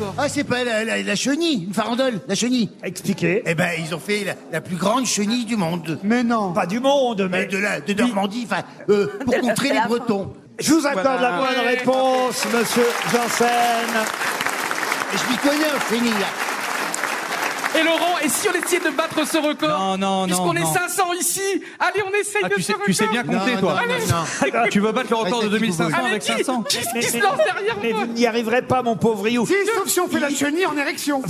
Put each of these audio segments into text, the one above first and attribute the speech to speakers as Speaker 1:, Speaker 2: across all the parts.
Speaker 1: alors Ah, c'est pas la, la- la chenille, une farandole, la chenille.
Speaker 2: Expliquez.
Speaker 1: Eh ben, ils ont fait la, la plus grande chenille du monde.
Speaker 3: Mais non.
Speaker 2: Pas du monde,
Speaker 1: Mais
Speaker 2: mais.
Speaker 1: de, la, de Normandie, enfin, euh, pour contrer les Bretons.
Speaker 2: Je vous accorde
Speaker 3: Voilà.
Speaker 2: la bonne réponse, monsieur Janssen.
Speaker 1: Je m'y connais en chenille.
Speaker 4: Et Laurent, et si on essayait de battre ce record
Speaker 3: Non, non, non,
Speaker 4: Puisqu'on est
Speaker 3: non.
Speaker 4: 500 ici, allez, on essaye
Speaker 5: Ah,
Speaker 4: de
Speaker 5: tu
Speaker 4: ce
Speaker 5: sais,
Speaker 4: record
Speaker 5: tu sais bien compter,
Speaker 3: Non,
Speaker 5: toi.
Speaker 3: non,
Speaker 4: Allez.
Speaker 5: Tu veux battre le record de
Speaker 3: Restez qui vous
Speaker 5: 2500
Speaker 4: Allez,
Speaker 5: avec
Speaker 4: qui-
Speaker 5: 500
Speaker 4: Qui, qui
Speaker 2: Mais-
Speaker 4: se
Speaker 2: mais-
Speaker 4: lance derrière
Speaker 2: Mais
Speaker 4: moi
Speaker 2: vous n'y arriverez pas, mon pauvre Rioux.
Speaker 3: Si, sauf si on fait la chenille en érection.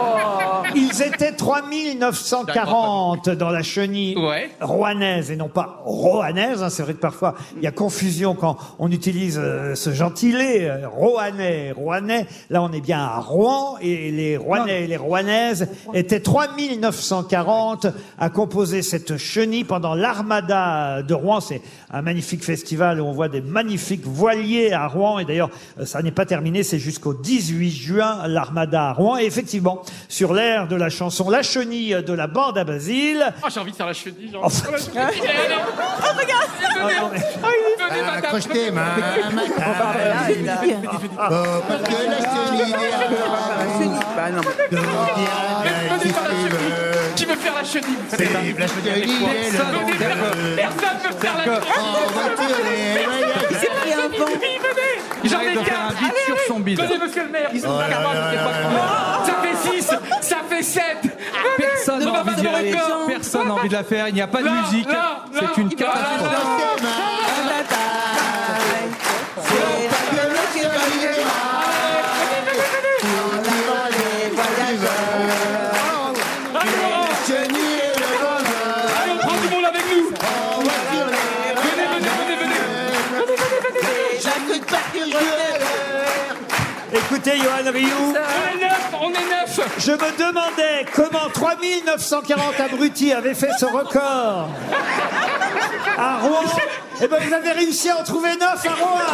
Speaker 2: Ils étaient 3940 dans la chenille
Speaker 4: Ouais.
Speaker 2: rouennaise et non pas roannaise. hein. C'est vrai que parfois il y a confusion quand on utilise euh, ce gentilé euh, roannais, rouennais. Là on est bien à Rouen et les rouennais et les rouennaises étaient 3940 à composer cette chenille pendant l'armada de Rouen. C'est un magnifique festival où on voit des magnifiques voiliers à Rouen et d'ailleurs euh, ça n'est pas terminé, c'est jusqu'au 18 juin l'armada à Rouen. Et effectivement, sur l'air de la chanson La chenille de la bande à Basile,
Speaker 4: Ah, j'ai envie de faire la chenille. Genre.
Speaker 2: Enfin.
Speaker 4: regarde Venez,
Speaker 1: Ah,
Speaker 4: madame
Speaker 1: Accroche tes mains, madame. Oh, parce que la chenille est de la
Speaker 4: Venez, madame
Speaker 1: chenille.
Speaker 4: Chenille. Qui veut faire la chenille
Speaker 1: C'est la chenille est le
Speaker 4: Venez,
Speaker 1: nom
Speaker 4: personne-
Speaker 1: de-
Speaker 4: Personne ne veut faire la chenille
Speaker 1: En voiture et voyage.
Speaker 4: Venez, venez J'en
Speaker 5: arrête de
Speaker 4: ai
Speaker 5: faire un
Speaker 4: 4
Speaker 5: bide sur son bide.
Speaker 4: Venez, monsieur le maire
Speaker 1: Oh là là là
Speaker 4: Ça fait 6 Ça fait 7
Speaker 5: Personne n'a envie d'y aller.
Speaker 4: record
Speaker 5: Personne n'a envie de la faire. Il n'y a pas de
Speaker 4: Là,
Speaker 5: musique.
Speaker 4: là, là.
Speaker 5: C'est une
Speaker 4: Il va-
Speaker 5: catastrophe.
Speaker 4: là, là.
Speaker 1: Accroche tes mains, que la chenille est
Speaker 4: Allez, Laurent Allez, on prend du monde avec nous Venez, venez, venez, venez Venez, venez, venez, venez
Speaker 2: écoutez Johan Rioux.
Speaker 4: On est neuf, on est neuf.
Speaker 2: Je me demandais comment 3940 abrutis avaient fait ce record à Rouen. Eh ben, vous avez réussi à en trouver 9 à Rouen.